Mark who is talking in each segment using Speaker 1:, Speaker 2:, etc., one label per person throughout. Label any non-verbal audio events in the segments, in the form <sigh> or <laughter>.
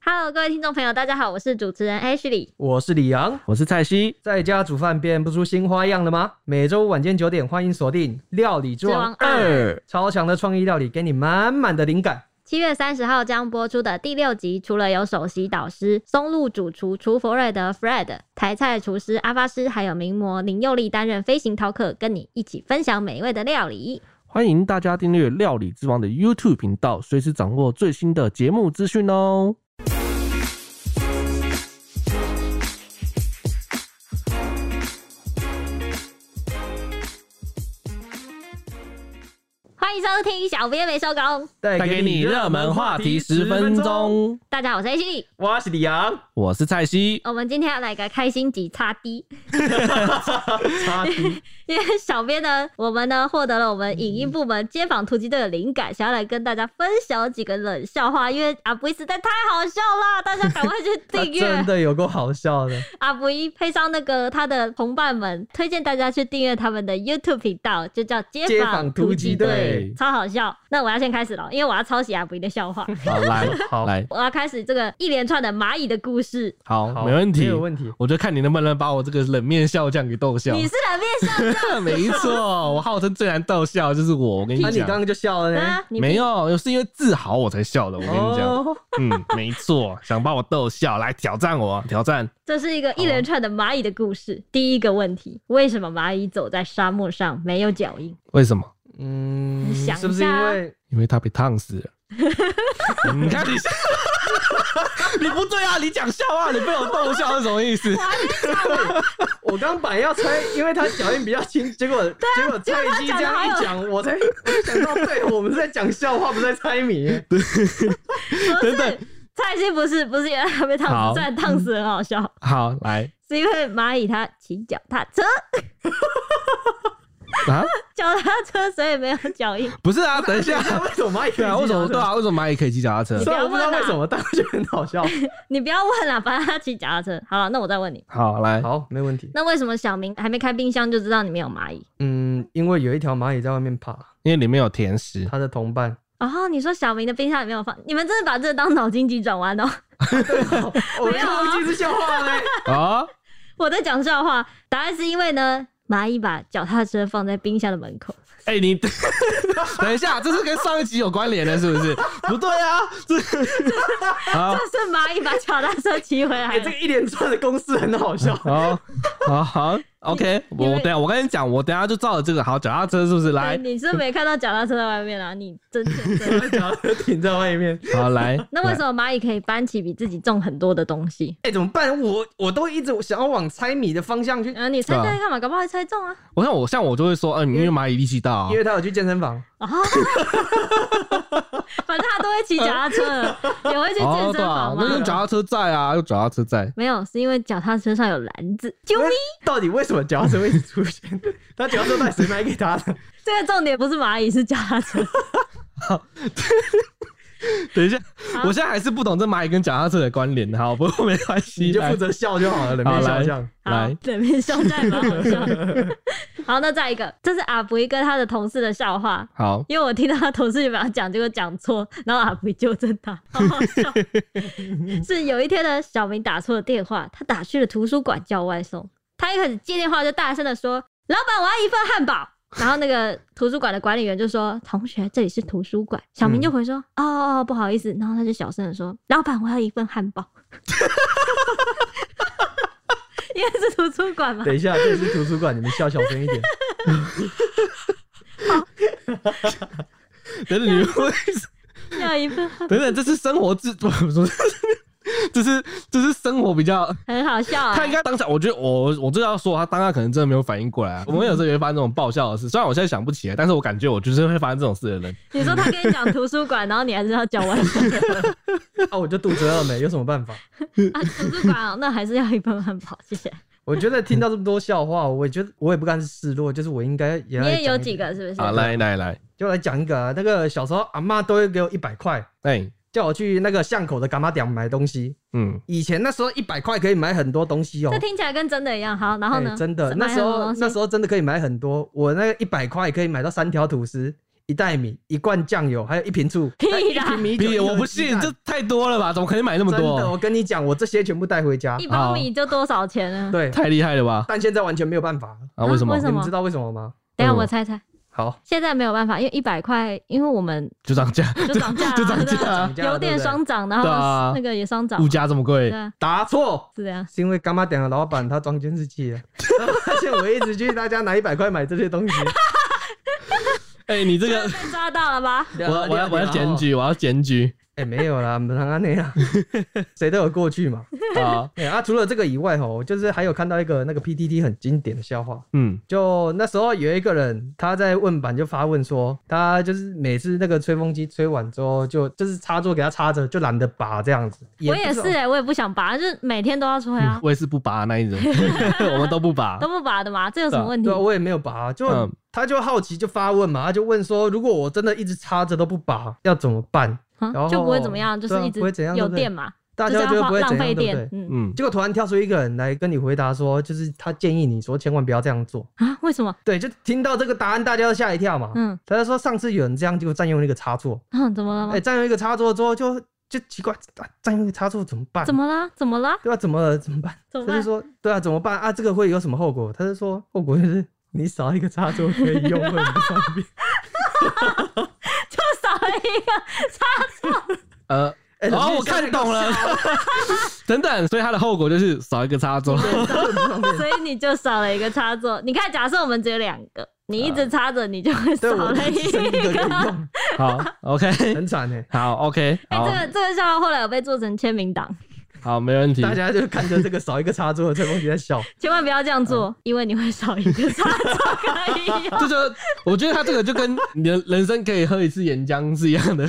Speaker 1: Hello，各位听众朋友，大家好，我是主持人 Ashley。
Speaker 2: 我是李阳，
Speaker 3: 我是蔡西，
Speaker 2: 在家煮饭变不出新花样了吗？每周晚间九点，欢迎锁定《料理之王
Speaker 1: 之王二
Speaker 2: 二》，超强的创意料理，给你满满的灵感。
Speaker 1: 七月三十号将播出的第六集，除了有首席导师松露主厨厨佛瑞德 Fred、台菜厨师阿发师，还有名模林佑利担任飞行饕客，跟你一起分享美味的料理。
Speaker 3: 欢迎大家订阅《料理之王》的 YouTube 频道，随时掌握最新的节目资讯哦。
Speaker 1: 欢迎收听《小编没收工》，
Speaker 2: 带
Speaker 3: 带给你热门话题十分。钟。
Speaker 1: 大家好，我是 H D，
Speaker 2: 我是李阳， <laughs>
Speaker 3: 我是蔡西，
Speaker 1: 我们今天要来个开心级擦 D，
Speaker 2: 差评
Speaker 1: 因为小编呢，我们呢获得了我们影音部门街访突击队的灵感，想要来跟大家分享几个冷笑话，因为阿布实在太好笑了，大家赶快去
Speaker 2: 他 <laughs>
Speaker 1: 订阅。
Speaker 2: 啊真的有够好笑的。
Speaker 1: 阿布一配上那个他的同伴们，推荐大家去订阅他们的 YouTube 频道，就叫街
Speaker 2: 街
Speaker 1: 访
Speaker 2: 访
Speaker 1: 突
Speaker 2: 突
Speaker 1: 击
Speaker 2: 击
Speaker 1: 队
Speaker 2: 队，
Speaker 1: 超好笑。那我要先开始了，因为我要抄袭阿布一的笑话。
Speaker 3: 好来， <laughs> 好来，
Speaker 1: 我要开始这个一连串的蚂蚁的故事。
Speaker 3: 好，
Speaker 2: 好
Speaker 3: 没问
Speaker 2: 没
Speaker 3: 题，
Speaker 2: 有问题。
Speaker 3: 我就看你能不能把我这个冷面笑匠给逗笑。
Speaker 1: 你是冷面笑
Speaker 3: <laughs> 没错，我号称最难逗笑就是我，我跟你
Speaker 2: 那、你刚
Speaker 3: 讲。
Speaker 2: 刚就笑了
Speaker 1: 匠
Speaker 2: 呢？
Speaker 1: 啊？你
Speaker 3: 没有，是因为自豪我才笑的。我跟你讲，
Speaker 2: 哦，
Speaker 3: 嗯，没错，想把我逗笑，来挑战我，挑战。
Speaker 1: 这是一个一连串的蚂蚁的故事。第一个问题：为什么蚂蚁走在沙漠上没有脚印？
Speaker 3: 为什么？
Speaker 2: 嗯，
Speaker 1: 你想一下
Speaker 2: 是不是因为
Speaker 3: 因为他被烫死 <laughs> 了。你看你， <laughs> 你不对啊！你讲笑话，你被我逗笑是什么意思？
Speaker 2: 我刚本来要猜，因为他脚印比较轻，结果结果蔡
Speaker 1: 他
Speaker 2: 依
Speaker 1: 讲
Speaker 2: 这
Speaker 1: 得好
Speaker 2: 样
Speaker 1: 有
Speaker 2: 一讲，我才我才想到，对我们在讲笑话，不是在猜谜。
Speaker 1: 不
Speaker 3: 等
Speaker 1: 是
Speaker 3: 等，
Speaker 1: 蔡西不是不是原来他被烫
Speaker 3: 好
Speaker 1: 死，虽然烫死很好笑，
Speaker 3: <laughs> 好，来
Speaker 1: 是因为蚂蚁它骑脚踏车，
Speaker 3: 啊，
Speaker 1: 脚踏车所以没有脚印。
Speaker 3: 不是啊， <laughs> 等一下，
Speaker 2: 为什么蚂蚁可以
Speaker 3: 对啊，为什么对啊？为什么蚂蚁可以骑脚踏车
Speaker 1: 你？
Speaker 2: 虽然我不知道为什么，但我觉得很好笑。
Speaker 1: 你不要问了，反正他骑脚踏车。好了，那我再问你，
Speaker 3: 好，来，
Speaker 2: 好，没问题。
Speaker 1: 那为什么小明还没开冰箱就知道里面有蚂蚁？
Speaker 2: 嗯，因为有一条蚂蚁在外面爬，
Speaker 3: 因为里面有甜 <laughs> 食，
Speaker 2: 它的同伴。
Speaker 1: 哦，你说小明的冰箱里面有放，你们真的把这个当脑筋急转弯哦！ <laughs>
Speaker 2: 我没有忘记是笑话嘞。
Speaker 3: 啊，
Speaker 1: 我在讲笑话，答案是因为呢，蚂蚁把脚踏车放在冰箱的门口。
Speaker 3: 哎、你 <laughs> 等一下，这是跟上一集有关联的，是不是？ <laughs> 不对啊，这
Speaker 1: <laughs>
Speaker 3: 好
Speaker 1: 这是蚂蚁把脚踏车骑回来
Speaker 2: 哦哎，
Speaker 1: 了
Speaker 2: 这。个一连串的公式很好
Speaker 3: <laughs>
Speaker 2: 笑。
Speaker 3: 好好 <laughs> 好，OK，我我等一下我跟你讲，我等一下就照着这个，好，脚踏车是不是？来
Speaker 1: 对，你是不是没看到脚踏车在外面啊？你真
Speaker 2: <laughs>
Speaker 1: 天真。
Speaker 2: 脚停在外面，
Speaker 3: 好来，
Speaker 1: 那为
Speaker 3: 来
Speaker 1: 什么蚂蚁可以搬起比自己重很多的东西？
Speaker 2: 哎，怎么办？我我都一直想要往猜谜的方向去，
Speaker 1: 嗯、你猜猜看嘛，搞不好会猜中啊！
Speaker 3: 我像我像我就会说，嗯、因为蚂蚁力气大、啊
Speaker 2: 因，为他有去健身房。
Speaker 1: <laughs> 啊，反正他都会骑脚踏车了，也会去健身房嘛。
Speaker 3: 哦啊那用脚踏车载啊，用脚踏
Speaker 1: <laughs>
Speaker 3: 车载。
Speaker 1: 没有，是因为脚踏车上有篮子。救命！
Speaker 2: 到底为什么脚踏车会一直出现？他脚踏车到底谁买给他
Speaker 3: <laughs>
Speaker 2: 的？
Speaker 1: 这个重点不是蚂蚁，是脚踏车。
Speaker 3: 等一下，
Speaker 1: 好
Speaker 3: 我现在还是不懂这蚂蚁跟脚踏车的关联。好，不过没关系，
Speaker 2: 你就
Speaker 3: 来
Speaker 2: 负责笑就好了，冷
Speaker 3: 好
Speaker 2: 面笑
Speaker 3: 来
Speaker 2: 匠。
Speaker 1: 好
Speaker 3: <laughs> 来，
Speaker 1: 冷面笑在蛮好笑的。好，那再一个，这是阿布一跟他的同事的笑话，
Speaker 3: 好。
Speaker 1: 因为我听到他同事把他讲，结果讲错， <laughs> 然后阿布一纠正
Speaker 3: <laughs>
Speaker 1: 他，好好笑。是有一天呢，小明打错了电话，他打去了图书馆叫外送。他一开始接电话就大声的说：“老板，我要一份汉堡。” <laughs> 然后那个图书馆的管理员就说：“同学，这里是图书
Speaker 3: 嗯
Speaker 1: 馆。”小明就回说：“哦哦哦，不好意思。”然后他就小声的说：“老板，我要一份汉堡。” <laughs> 因为是图书馆嘛，
Speaker 2: 等一下，这里是图书馆，你们笑小声一点。
Speaker 3: <laughs> 等等，你们为
Speaker 1: 要一份汉
Speaker 3: 等等，这是生活自， <laughs> 不是不是，这是这是生活比较。
Speaker 1: 很好笑啊、
Speaker 3: 他应该当下，我觉得我我就要说，他当下可能真的没有反应过来、
Speaker 1: 嗯
Speaker 3: 啊。我们有时候也会发生这种爆笑的事，虽然我现在想不起来，但是我感觉我就是会发生这种事的人。
Speaker 1: 你说他跟你讲图书馆，然后你还是要叫外送
Speaker 2: 啊，我就肚子饿没，有什么办法？
Speaker 1: 啊？
Speaker 2: <laughs>
Speaker 1: 图书馆、哦、那还是要一份汉堡，谢谢。
Speaker 2: 我觉得听到这么多笑话，我觉得我也不甘示弱，就是我应该
Speaker 1: 你
Speaker 2: 也来
Speaker 1: 也有
Speaker 2: 讲一
Speaker 1: 几个是不是？
Speaker 3: 好，啊来来来，
Speaker 2: 就来讲一个啊。那个小时候阿妈都会给我一百块，
Speaker 3: 哎、
Speaker 2: 叫我去那个巷口的干妈店买东西。
Speaker 3: 嗯，
Speaker 2: 以前那时候一百块可以买很多东西哦、
Speaker 1: 这听起来跟真的一样。好，然后呢？
Speaker 2: 哎哎真的，那时候那时
Speaker 1: 候
Speaker 2: 候真的可以买很多，我那个一百块可以买到三条吐司，一袋米、一罐酱油，还有一
Speaker 1: <laughs>
Speaker 2: 瓶醋，还有一
Speaker 1: 屁啦
Speaker 2: 瓶米酒。一
Speaker 3: 屁！
Speaker 2: 盒
Speaker 3: 我不
Speaker 2: 鸡
Speaker 3: 信，
Speaker 2: 蛋
Speaker 3: 这太多了吧？怎么可能买那么
Speaker 2: 真的，
Speaker 3: 多？
Speaker 2: 我跟你讲，我这些全部带回家
Speaker 1: 一。包米就多少钱呢？
Speaker 2: 对，
Speaker 3: 太厉害了吧？
Speaker 2: 但现在完全没有办法。
Speaker 3: 啊，为什么
Speaker 1: 为？什
Speaker 2: 你
Speaker 1: 么
Speaker 2: 们知道为什么吗？
Speaker 1: 等一下
Speaker 3: 嗯
Speaker 1: 我猜猜，
Speaker 2: 好，
Speaker 1: 现在没有办法，因为一百块，因为我们
Speaker 3: 就涨价，
Speaker 1: 就涨价了
Speaker 3: 就涨价啊，
Speaker 2: 涨价了
Speaker 1: 油电
Speaker 2: 对不对
Speaker 1: 双涨，然后
Speaker 3: 对啊
Speaker 1: 那个也双涨
Speaker 3: 物，价这么
Speaker 1: 对
Speaker 3: 贵，
Speaker 1: 啊，
Speaker 2: 答错，
Speaker 1: 是这样。
Speaker 2: 是因为干妈点的老板他装监视器了，
Speaker 3: <laughs>
Speaker 2: 然后发现我一直去他家拿一百块买这些东西。
Speaker 3: 哎，你这个，
Speaker 1: 被抓到了吧？
Speaker 3: 我要我
Speaker 1: 啊
Speaker 3: 要我要检举，我要
Speaker 1: <laughs>
Speaker 3: 检举
Speaker 2: 哎、没有啦，不能安那样，谁都有过去嘛。
Speaker 3: 啊！
Speaker 2: 哎、啊，除了这个以外吼，我就是还有看到一个那个 PTT 很经典的笑话，
Speaker 3: 嗯，
Speaker 2: 就那时候有一个人他在问版就发问说，他就是每次那个吹风机吹完之后，就就是插座给他插着，就懒得拔这样子。
Speaker 1: 我也是
Speaker 2: 不知道，
Speaker 1: 哎、我也不想拔，就是每天都要吹
Speaker 3: 嗯
Speaker 1: 啊，
Speaker 3: 我也是不拔的那一种，我们都不
Speaker 1: <laughs>
Speaker 3: 拔
Speaker 1: 都。不拔的嘛，这有什么问题
Speaker 2: 对啊，？我也没有拔，就、
Speaker 3: 嗯
Speaker 2: 他就好奇就发问嘛，他就问说，如果我真的一直插着都不拔，要怎么办？
Speaker 1: 啊
Speaker 2: 然后
Speaker 1: 就不会怎么样，就
Speaker 2: 对
Speaker 1: 是
Speaker 2: 啊
Speaker 1: 一直
Speaker 2: 不会怎样
Speaker 1: 有
Speaker 2: 对不对
Speaker 1: 电嘛，
Speaker 2: 大
Speaker 1: 就是
Speaker 2: 家觉得
Speaker 1: 要
Speaker 2: 不
Speaker 1: 花
Speaker 2: 会
Speaker 1: 浪
Speaker 2: 怎
Speaker 1: 费
Speaker 2: 样，对不
Speaker 1: 电
Speaker 2: 对。？
Speaker 1: 嗯
Speaker 3: 嗯，
Speaker 2: 结果突然跳出一个人来跟你回答说，就是他建议你说千万不要这样做。
Speaker 1: 啊，为什么？
Speaker 2: 对，就听到这个答案，大家都吓一跳嘛。
Speaker 1: 嗯
Speaker 2: 他就说上次有人这样，结果占用了一个插座，
Speaker 1: 嗯，怎么了
Speaker 2: 哎、
Speaker 1: 吗？
Speaker 2: 占用一个插座之后就就奇怪，啊占用一个插座怎么办？
Speaker 1: 怎么啦？怎么啦？
Speaker 2: 对啊，怎么了怎么办？
Speaker 1: 怎么
Speaker 2: 他
Speaker 1: 办
Speaker 2: 哎就？说对啊，怎么办啊？这个会有什么后果？他就说后果就是你少一个插座可以用，会很不方
Speaker 1: <laughs>
Speaker 2: 便。
Speaker 1: 就少了一个插座，
Speaker 3: 呃，
Speaker 2: 哎
Speaker 3: 哦，我看懂，了。 <laughs> 等等，所以它的后果就是少一个插座。
Speaker 1: 啊
Speaker 2: 冷气
Speaker 1: <laughs>
Speaker 2: 很不方便
Speaker 1: 所以你就少了一个插座。你看，假设我们只有两个，你一直插着，你就会少
Speaker 2: 对我
Speaker 1: 了一
Speaker 2: 只剩一个可以
Speaker 1: 个。
Speaker 2: 用，
Speaker 3: 好，OK，
Speaker 2: 很惨哎。
Speaker 3: 好，OK，
Speaker 1: <laughs> 哎、
Speaker 3: 好，
Speaker 1: 这个这个笑话后来有被做成签名档，
Speaker 3: 好，没问题。
Speaker 2: 大家就看着这个少一个插座的吹风机在笑，
Speaker 3: <laughs>
Speaker 1: 千万不要这样做，因为你会少一个插座可以用。
Speaker 3: 这就我觉得他这个就跟你的人生可以喝一次岩浆是一样
Speaker 2: <laughs>
Speaker 3: 的。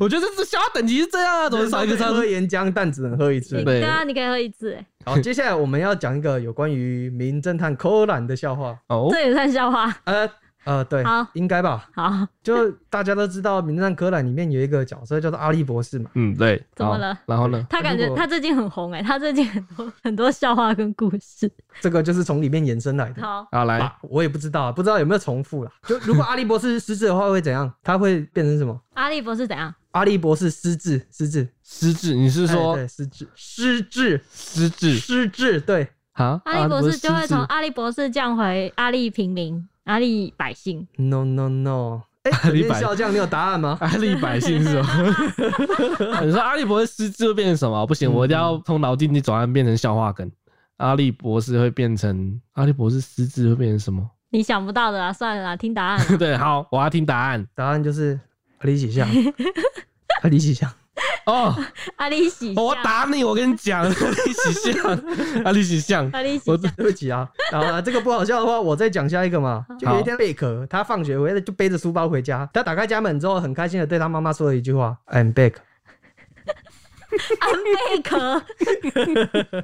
Speaker 3: 我觉得这消化等级是这样啊，怎么少一个插
Speaker 2: 喝
Speaker 3: 座？
Speaker 2: 岩浆，但只能喝一次。
Speaker 3: 对
Speaker 1: 对啊，你可以喝一次、哎
Speaker 2: 好，接下来我们要讲一个有关于名侦探柯南的笑话。
Speaker 3: 哦，
Speaker 1: 这也算笑话。
Speaker 2: 呃呃，对
Speaker 1: 好，
Speaker 2: 应该吧？
Speaker 1: 好，
Speaker 2: 就大家都知道，名侦探柯南里面有一个角色叫做阿笠博士
Speaker 3: <laughs>
Speaker 2: 嘛。
Speaker 3: 嗯，对。
Speaker 1: 怎么
Speaker 3: 好
Speaker 1: 了？
Speaker 3: 然后呢？
Speaker 1: 他感觉
Speaker 2: 如果
Speaker 1: 他最近很红哎、他最近很多很多笑话跟故事。
Speaker 2: 这个就是从里面延伸来的。
Speaker 1: 好，
Speaker 3: 好来，
Speaker 2: 啊，我也不知道啊，不知道有没有重复啦。就如果阿笠博士失智的话，会怎样？他会变成什么？
Speaker 1: 阿笠博士怎样？
Speaker 2: 阿笠博士失智，失智
Speaker 3: 失智，你是
Speaker 2: 是
Speaker 3: 说
Speaker 2: 哎对失智，失智，
Speaker 3: 失智
Speaker 2: 失智，对
Speaker 3: 啊？
Speaker 1: 阿笠博士就会从
Speaker 3: 阿
Speaker 1: 阿笠博士降回阿笠平民、阿笠百姓。
Speaker 2: ，no no
Speaker 3: <laughs>
Speaker 2: no。哎，
Speaker 3: 阿笠
Speaker 2: 肯定
Speaker 3: 百
Speaker 2: 笑匠，你有答案吗？
Speaker 3: 笠百姓
Speaker 1: <laughs>
Speaker 3: 是吗？你说阿笠博士失智会变成什么？不行，我一定要从脑筋急转弯变成笑话梗。阿笠博士会变成阿笠博士失智会变成什么？ <laughs>
Speaker 1: 你想不到的啦，啊算了啦，听答案啦。
Speaker 3: 对，好，我要听答案
Speaker 2: 答案就是阿笠喜相，阿笠喜相。
Speaker 3: 哦。
Speaker 1: 阿笠喜相，
Speaker 3: 我打你，我跟你讲，历
Speaker 1: <laughs>
Speaker 3: 史像，啊，历史像，
Speaker 1: 阿笠喜
Speaker 3: 我
Speaker 1: 相，
Speaker 2: <laughs> 对不起啊，好了，这个不好笑的话，我再讲下一个嘛。就有一天贝壳，他放学回来就背着书包回家，他打开家门之后，很开心的对他妈妈说了一句话：“I'm back。
Speaker 1: 安贝壳，
Speaker 3: <laughs>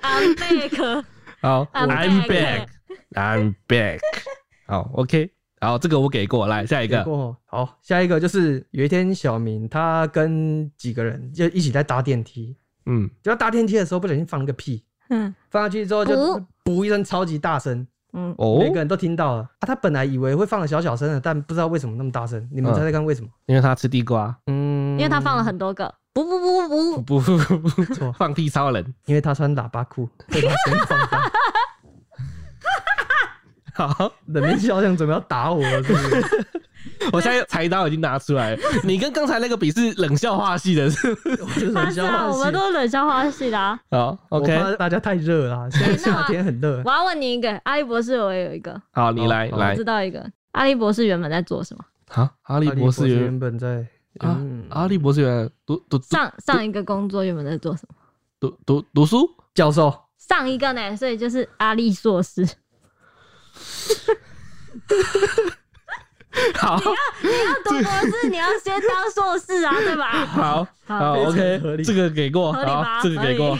Speaker 1: 安贝壳，
Speaker 3: 好
Speaker 1: I'm
Speaker 3: ，I'm
Speaker 1: back
Speaker 3: back，I'm back，好，OK，好，这个我给过，来下一”
Speaker 2: 结
Speaker 3: 个，
Speaker 2: 果好，下一个就是有一天小明他跟几个人就一起在搭电梯，
Speaker 3: 嗯，
Speaker 2: 就搭电梯的时候不小心放了个屁，
Speaker 1: 嗯
Speaker 2: 放下去之后
Speaker 1: 哦
Speaker 2: 就噗一声超级大声，
Speaker 1: 嗯，
Speaker 3: 哦
Speaker 2: 每，个人都听到了啊。他本来以为会放的小小声的，但不知道为什么那么大声，你们
Speaker 3: 嗯
Speaker 2: 猜猜看为什么？
Speaker 3: 因为他吃地瓜，
Speaker 2: 嗯，
Speaker 1: 因为他放了很多个，不不不不不，
Speaker 3: 不 <laughs> 不不
Speaker 2: 错
Speaker 3: 不，放屁超人，
Speaker 2: 因为他穿喇叭裤，被他声音放大。
Speaker 3: <laughs>
Speaker 1: <laughs>
Speaker 3: 好，
Speaker 2: 冷面肖像准备要打我了，是不是？
Speaker 3: 我现在菜刀已经拿出 <laughs> 来了，你跟刚才那个比是冷笑话系的是不是，
Speaker 2: <laughs> 我是
Speaker 1: 他
Speaker 2: 冷
Speaker 1: 是
Speaker 2: 笑
Speaker 1: 啊，
Speaker 2: 话
Speaker 1: 我们都冷笑话系的啊。
Speaker 3: 好
Speaker 2: 我
Speaker 3: ，OK，
Speaker 2: 怕大家太
Speaker 1: <laughs>
Speaker 2: 热了啊，现在
Speaker 1: 哎那我
Speaker 2: 夏天很热
Speaker 1: 我。要问你一个，阿笠博士，我也有一个，
Speaker 3: 好，你来
Speaker 2: 好
Speaker 1: 我
Speaker 3: 来
Speaker 1: 知，道一个。阿笠博士原本在做什么？
Speaker 3: 好，阿笠
Speaker 2: 阿
Speaker 3: 博士原
Speaker 2: 原本在
Speaker 3: 啊
Speaker 2: 嗯，
Speaker 3: 阿笠博士原来读读读
Speaker 1: 上上一个工作原本在做什么？
Speaker 3: 读读读书，
Speaker 2: 教授，
Speaker 1: 上一个呢，所以就是阿笠硕士。
Speaker 3: <laughs> 好
Speaker 1: 要读博士，你要先当硕士啊，对吧？
Speaker 3: <laughs> 好
Speaker 1: 啊
Speaker 3: 好
Speaker 2: 非常合
Speaker 3: ，OK，
Speaker 2: 理
Speaker 3: 这个给过，
Speaker 1: 合理吧
Speaker 3: 好，？这个
Speaker 1: 合
Speaker 3: 给
Speaker 1: 理。。
Speaker 3: 过。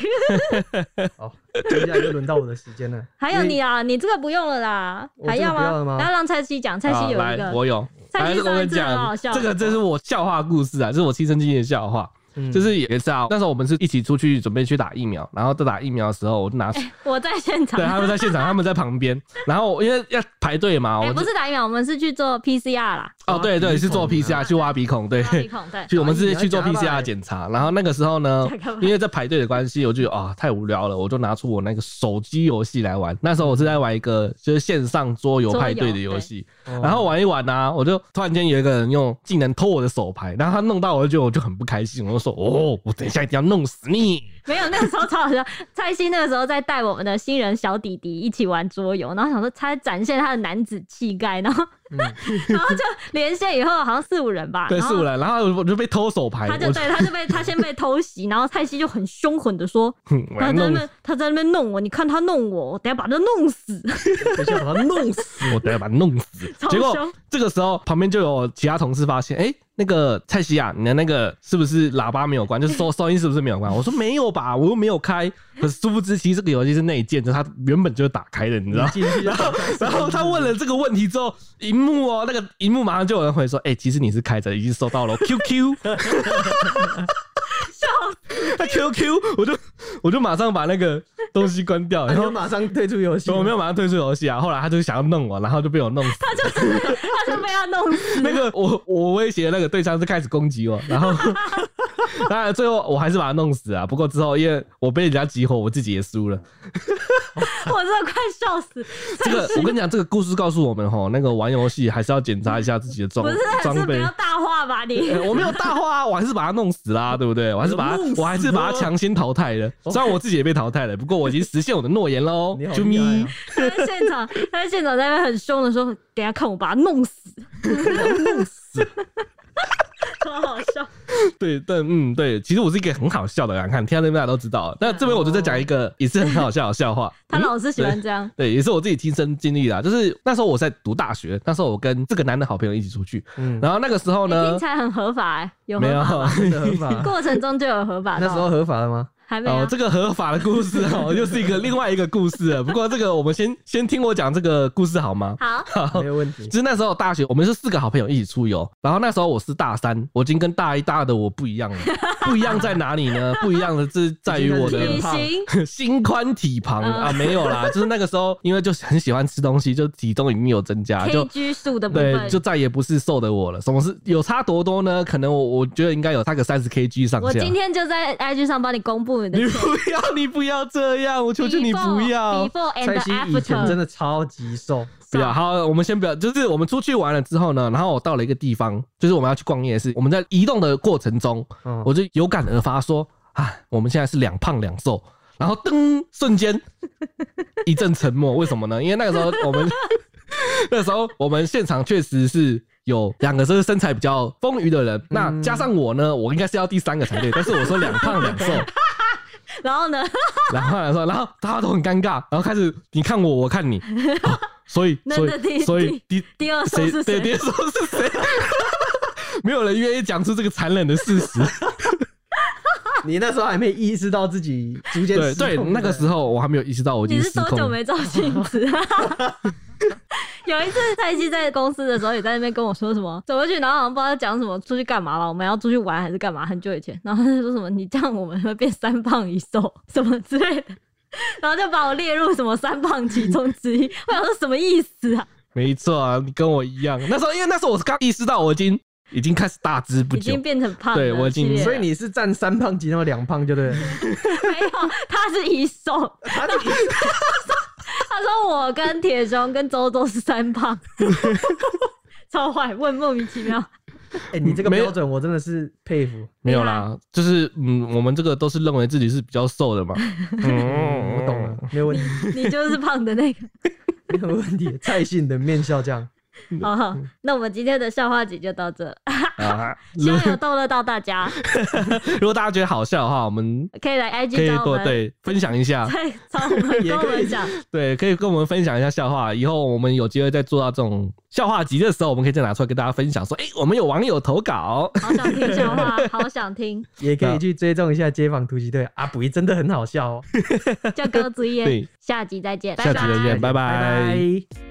Speaker 2: <laughs> 好，接下来就轮到我的时间了
Speaker 1: 还有你啊，你这个不用了啦，
Speaker 2: 我
Speaker 1: 还
Speaker 2: 这个
Speaker 1: 要
Speaker 2: 不要了
Speaker 1: 吗？
Speaker 2: 吗
Speaker 1: 要让蔡西讲，蔡
Speaker 3: 好，
Speaker 1: 西有一
Speaker 3: 啊来，
Speaker 1: 个，
Speaker 3: 我有。
Speaker 1: 蔡
Speaker 3: 来，
Speaker 1: 西
Speaker 3: 这个
Speaker 1: 上
Speaker 3: 我
Speaker 1: 一次很好
Speaker 3: 讲，
Speaker 1: 笑
Speaker 3: 这个这是我笑话故事啊，这是我亲身经历的笑话。
Speaker 2: 嗯
Speaker 3: 就是有一次啊，那时候我们是一起出去准备去打疫苗，然后在打疫苗的时候，我就拿
Speaker 1: 我在现场
Speaker 3: 对，。他们
Speaker 1: <laughs>
Speaker 3: 在现场，他们在旁边，然后我因为要排队嘛，
Speaker 1: 哎、
Speaker 3: 我
Speaker 1: 不
Speaker 3: 就是
Speaker 1: 打疫苗，我们是去做 PCR 啦，
Speaker 3: 哦，对对，是做
Speaker 2: 挖鼻孔
Speaker 3: PCR 去挖鼻孔， <laughs> 对
Speaker 1: 拉。鼻孔对。
Speaker 3: <laughs> 去我们是去做
Speaker 2: 哎你要夹吧
Speaker 3: PCR 检查，然后那个时候
Speaker 1: <laughs>
Speaker 3: 呢
Speaker 1: 夹吧，
Speaker 3: 因为在排队的关系，我就啊、太无聊了，我就拿出我那个手机游戏来玩。那时候我是在玩一
Speaker 1: 嗯
Speaker 3: 个就是线上桌游派对的游戏，
Speaker 2: 哦
Speaker 3: 然后玩一玩啊，我就突然间有一个人用技能偷我的手牌，然后他弄到我就觉得我就很不开心，我就说哦，我等一下一定要弄死你。
Speaker 1: 没有，那个时候超好笑。蔡欣那个时候在带我们的新人小弟弟一起玩桌游，然后想说他展现他的男子气概，然后、 <laughs> 然后就连线以后好像四五人吧，
Speaker 3: 嗯对，
Speaker 1: 啊然后
Speaker 3: 是我来，然后我就被偷手牌，
Speaker 1: 他就
Speaker 3: 哎我
Speaker 1: 对，他就被他先被偷袭，然后蔡西就很凶狠的说
Speaker 3: 哼：“我
Speaker 1: 他
Speaker 3: 要
Speaker 1: 在那
Speaker 3: 弄，
Speaker 1: 边他在那边弄我，你看他弄我，我等下把他弄死。 <laughs>
Speaker 2: 等一下把他弄 <laughs> 死。
Speaker 3: 我等下把他弄死
Speaker 1: 超。
Speaker 3: 结果
Speaker 1: 凶
Speaker 3: 这个时候旁边就有其他同事发现，哎、那个蔡西啊亚，你的那个是不是喇叭没有关？就
Speaker 1: <laughs>
Speaker 3: 是收收音是不是没有关？我说没有吧，我又没有开。可是殊不知，其实这个游戏是内建的，它原本就是打开的，你知道吗？
Speaker 2: 进去，然后
Speaker 3: 然后他问了这个问题之后，荧幕哦、那个荧幕马上就有人回说：“哎、其实你是开着，已经收到了
Speaker 1: <laughs>
Speaker 3: QQ。”他 QQ，我就我就马上把那个东西关掉，
Speaker 2: 然
Speaker 3: 然
Speaker 2: 后
Speaker 3: 后
Speaker 2: 马上退出游戏。
Speaker 1: 哎
Speaker 3: 我没有马上退出游戏啊。后来他就想要弄我，然后就被我弄死。
Speaker 1: 他就是他就被他弄死。
Speaker 3: 那个我我威胁的那个对象是开始攻击我，然后当然最后我还是把他弄死啊。不过之后因为我被人家集火，我自己也输了。
Speaker 1: <laughs> 我真的快笑死。
Speaker 3: 这个我跟你讲，这个故事告诉我们吼，那个玩游戏还是要检查一下自己的装
Speaker 1: 不是，还是
Speaker 3: 哦装
Speaker 1: 不
Speaker 3: 备。
Speaker 1: 要大话吧你
Speaker 3: <laughs> 呃。我没有大话啊，我还是把他弄死啦、对不对？我还是把他
Speaker 2: 弄，死
Speaker 3: 我还是把他强行淘汰了。虽然我自己也被淘汰了，不过我已经实现我的诺言喽
Speaker 2: 你好。
Speaker 3: 啾
Speaker 2: 厉害
Speaker 3: 咪
Speaker 2: 啊，
Speaker 1: 他在现场，他在现场在那边很凶的说：“等一下看我把他弄
Speaker 3: <laughs>
Speaker 1: 死。” <laughs> 超好笑。
Speaker 3: 对，但嗯，对，其实我是一个很好笑的人，看天下大家都知道。那这边我就再讲一个也是很好笑的笑话。
Speaker 1: 他老是喜欢这样。
Speaker 3: 对，也是我自己亲身经历的啊、就是那时候我在读大学，那时候我跟这个男的好朋友一起出去，
Speaker 2: 嗯，
Speaker 3: <laughs> 然后那个时候
Speaker 1: 你哎听
Speaker 3: 呢
Speaker 1: 起，来很合法哎，有合
Speaker 3: 没有
Speaker 1: 法
Speaker 3: 哦 <laughs>
Speaker 1: 吧，
Speaker 2: 真的合法。
Speaker 1: 过程中就有合法到。
Speaker 2: 那时候合法了吗？
Speaker 1: 还没啊
Speaker 3: 哦这个合法的故事哦，又是一个另外一个故事了。不过这个我们先先听我讲这个故事好吗？
Speaker 1: 好，
Speaker 2: 没有问题
Speaker 3: 就。是那时候大学，我们是四个好朋友一起出游，然后那时候我是大三，我已经跟大一、大二的我不一样了。不一样在哪里呢？不一样的是在于 <laughs> 我的
Speaker 2: 已经开始
Speaker 1: 旅
Speaker 2: 变胖
Speaker 1: 行
Speaker 3: <laughs> 心宽体胖
Speaker 1: 嗯
Speaker 3: 啊，没有啦，就是那个时候，因为就很喜欢吃东西，就体重已经有增加，啊就
Speaker 1: KG 数的部
Speaker 3: 对，
Speaker 1: 分，
Speaker 3: 就再也不是瘦的我了。什么是有差多多呢？可能我我觉得应该有差个三十 kg 上
Speaker 1: 我
Speaker 3: 下。
Speaker 1: 今天就在 IG 上帮你公布你的
Speaker 3: 你不要，你不要这样，我求求你不
Speaker 1: before-
Speaker 3: 要。
Speaker 1: before
Speaker 2: 蔡
Speaker 1: and
Speaker 2: 西以前
Speaker 1: after。
Speaker 2: 真的超级瘦，
Speaker 3: 不要好，我们先不要，就是我们出去玩了之后呢，然后我到了一个地方，就是我们要去逛夜市。我们在移动的过程中，
Speaker 2: 嗯，
Speaker 3: 我就有感而发说：“啊，我们现在是两胖两瘦。”然后噔，
Speaker 1: <laughs>
Speaker 3: 瞬间一阵沉默。为什么呢？因为那个时候我们 <laughs> 那时候我们现场确实是有两个就是身材比较丰腴的
Speaker 1: 嗯
Speaker 3: 人，那加上我呢，我应该是要第三个才对。但是我说两胖两瘦，
Speaker 1: <laughs> 然后呢， <laughs>
Speaker 3: 然后来说，然后大家都很尴尬，然后开始你看我，我看你，啊
Speaker 1: <laughs>
Speaker 3: 所以
Speaker 1: 那
Speaker 3: 所
Speaker 1: 那第
Speaker 3: 以所以
Speaker 1: <laughs>
Speaker 3: 第
Speaker 1: 第二首
Speaker 3: 谁
Speaker 1: 是
Speaker 3: 对
Speaker 1: 谁？
Speaker 3: 别说是谁， <laughs> 没有人愿意讲出这个残忍的事实。
Speaker 2: 你那时候还没意识到自己逐渐
Speaker 3: 对
Speaker 2: 失控
Speaker 3: 对，那个时候我还没有意识到我已
Speaker 1: 你
Speaker 3: 经
Speaker 1: 是
Speaker 3: 失
Speaker 1: 多
Speaker 3: 控
Speaker 1: 久
Speaker 3: 了。
Speaker 1: 没照镜
Speaker 3: <laughs>
Speaker 1: 子？有一次，蔡西在公司的时候也在那边跟我说什么，走过去，然后好像不知道讲什么，出去干嘛了？我们要出去玩还是干嘛？很久以前，然后他就说什么你这样我们会变三胖一瘦什么之类的， <laughs> 然后就把我列入什么三胖其中之一。我想说什么意思啊？
Speaker 3: 没错啊，你跟我一样。那时候因为那时候我是刚意识到我已经已经开始大只不
Speaker 1: 已
Speaker 3: 久
Speaker 1: 经，变成胖了，
Speaker 3: 对我已经
Speaker 1: 系列
Speaker 2: 所以你是占三胖几重两胖，就
Speaker 3: <laughs>
Speaker 2: 对了。啊
Speaker 1: 没有，他是一瘦， <laughs>
Speaker 2: 他就
Speaker 1: 他说我跟铁雄跟周周是三胖， <laughs> 超坏，问莫名其妙。
Speaker 2: <laughs> 哎，你这个
Speaker 3: 没有
Speaker 2: 标准我真的是佩服。
Speaker 3: 没有啦，就是嗯，我们这个都是认为自己是比较瘦
Speaker 1: <laughs>
Speaker 3: 的嘛。嗯
Speaker 2: 嗯，我懂了。， <laughs> 没有问题，
Speaker 1: 你就是胖的那个。
Speaker 2: 没有问题。蔡信的面笑匠，
Speaker 1: 好好，哦那我们今天的笑话集就到 <laughs> 这，
Speaker 3: 啊，
Speaker 1: 希
Speaker 3: 如
Speaker 1: 望有逗乐到大 <laughs> 家，
Speaker 3: 如果大家觉得好笑的话，我们
Speaker 1: 可以来 IG
Speaker 3: 可以
Speaker 1: 找我
Speaker 3: 多
Speaker 1: 们，
Speaker 3: 对分享一
Speaker 1: <laughs>
Speaker 3: 下。
Speaker 1: 对，找我们
Speaker 2: 也
Speaker 1: 跟我
Speaker 2: 可以
Speaker 1: 们讲，
Speaker 3: 对，可以跟我们分享一下笑话。以后我们有机会再做到这种笑话集的时候，我们可以再拿出来跟大家分享，说，哎、我们有网友投稿。
Speaker 1: 好想听笑 <laughs> 话，好想听，
Speaker 2: 也可以去追踪一下街坊突击队。啊阿布真的很好笑哦。
Speaker 1: 叫鸽子耶
Speaker 3: <laughs> 对，
Speaker 1: 下集再见，
Speaker 3: 下集再见，拜拜
Speaker 2: 拜拜。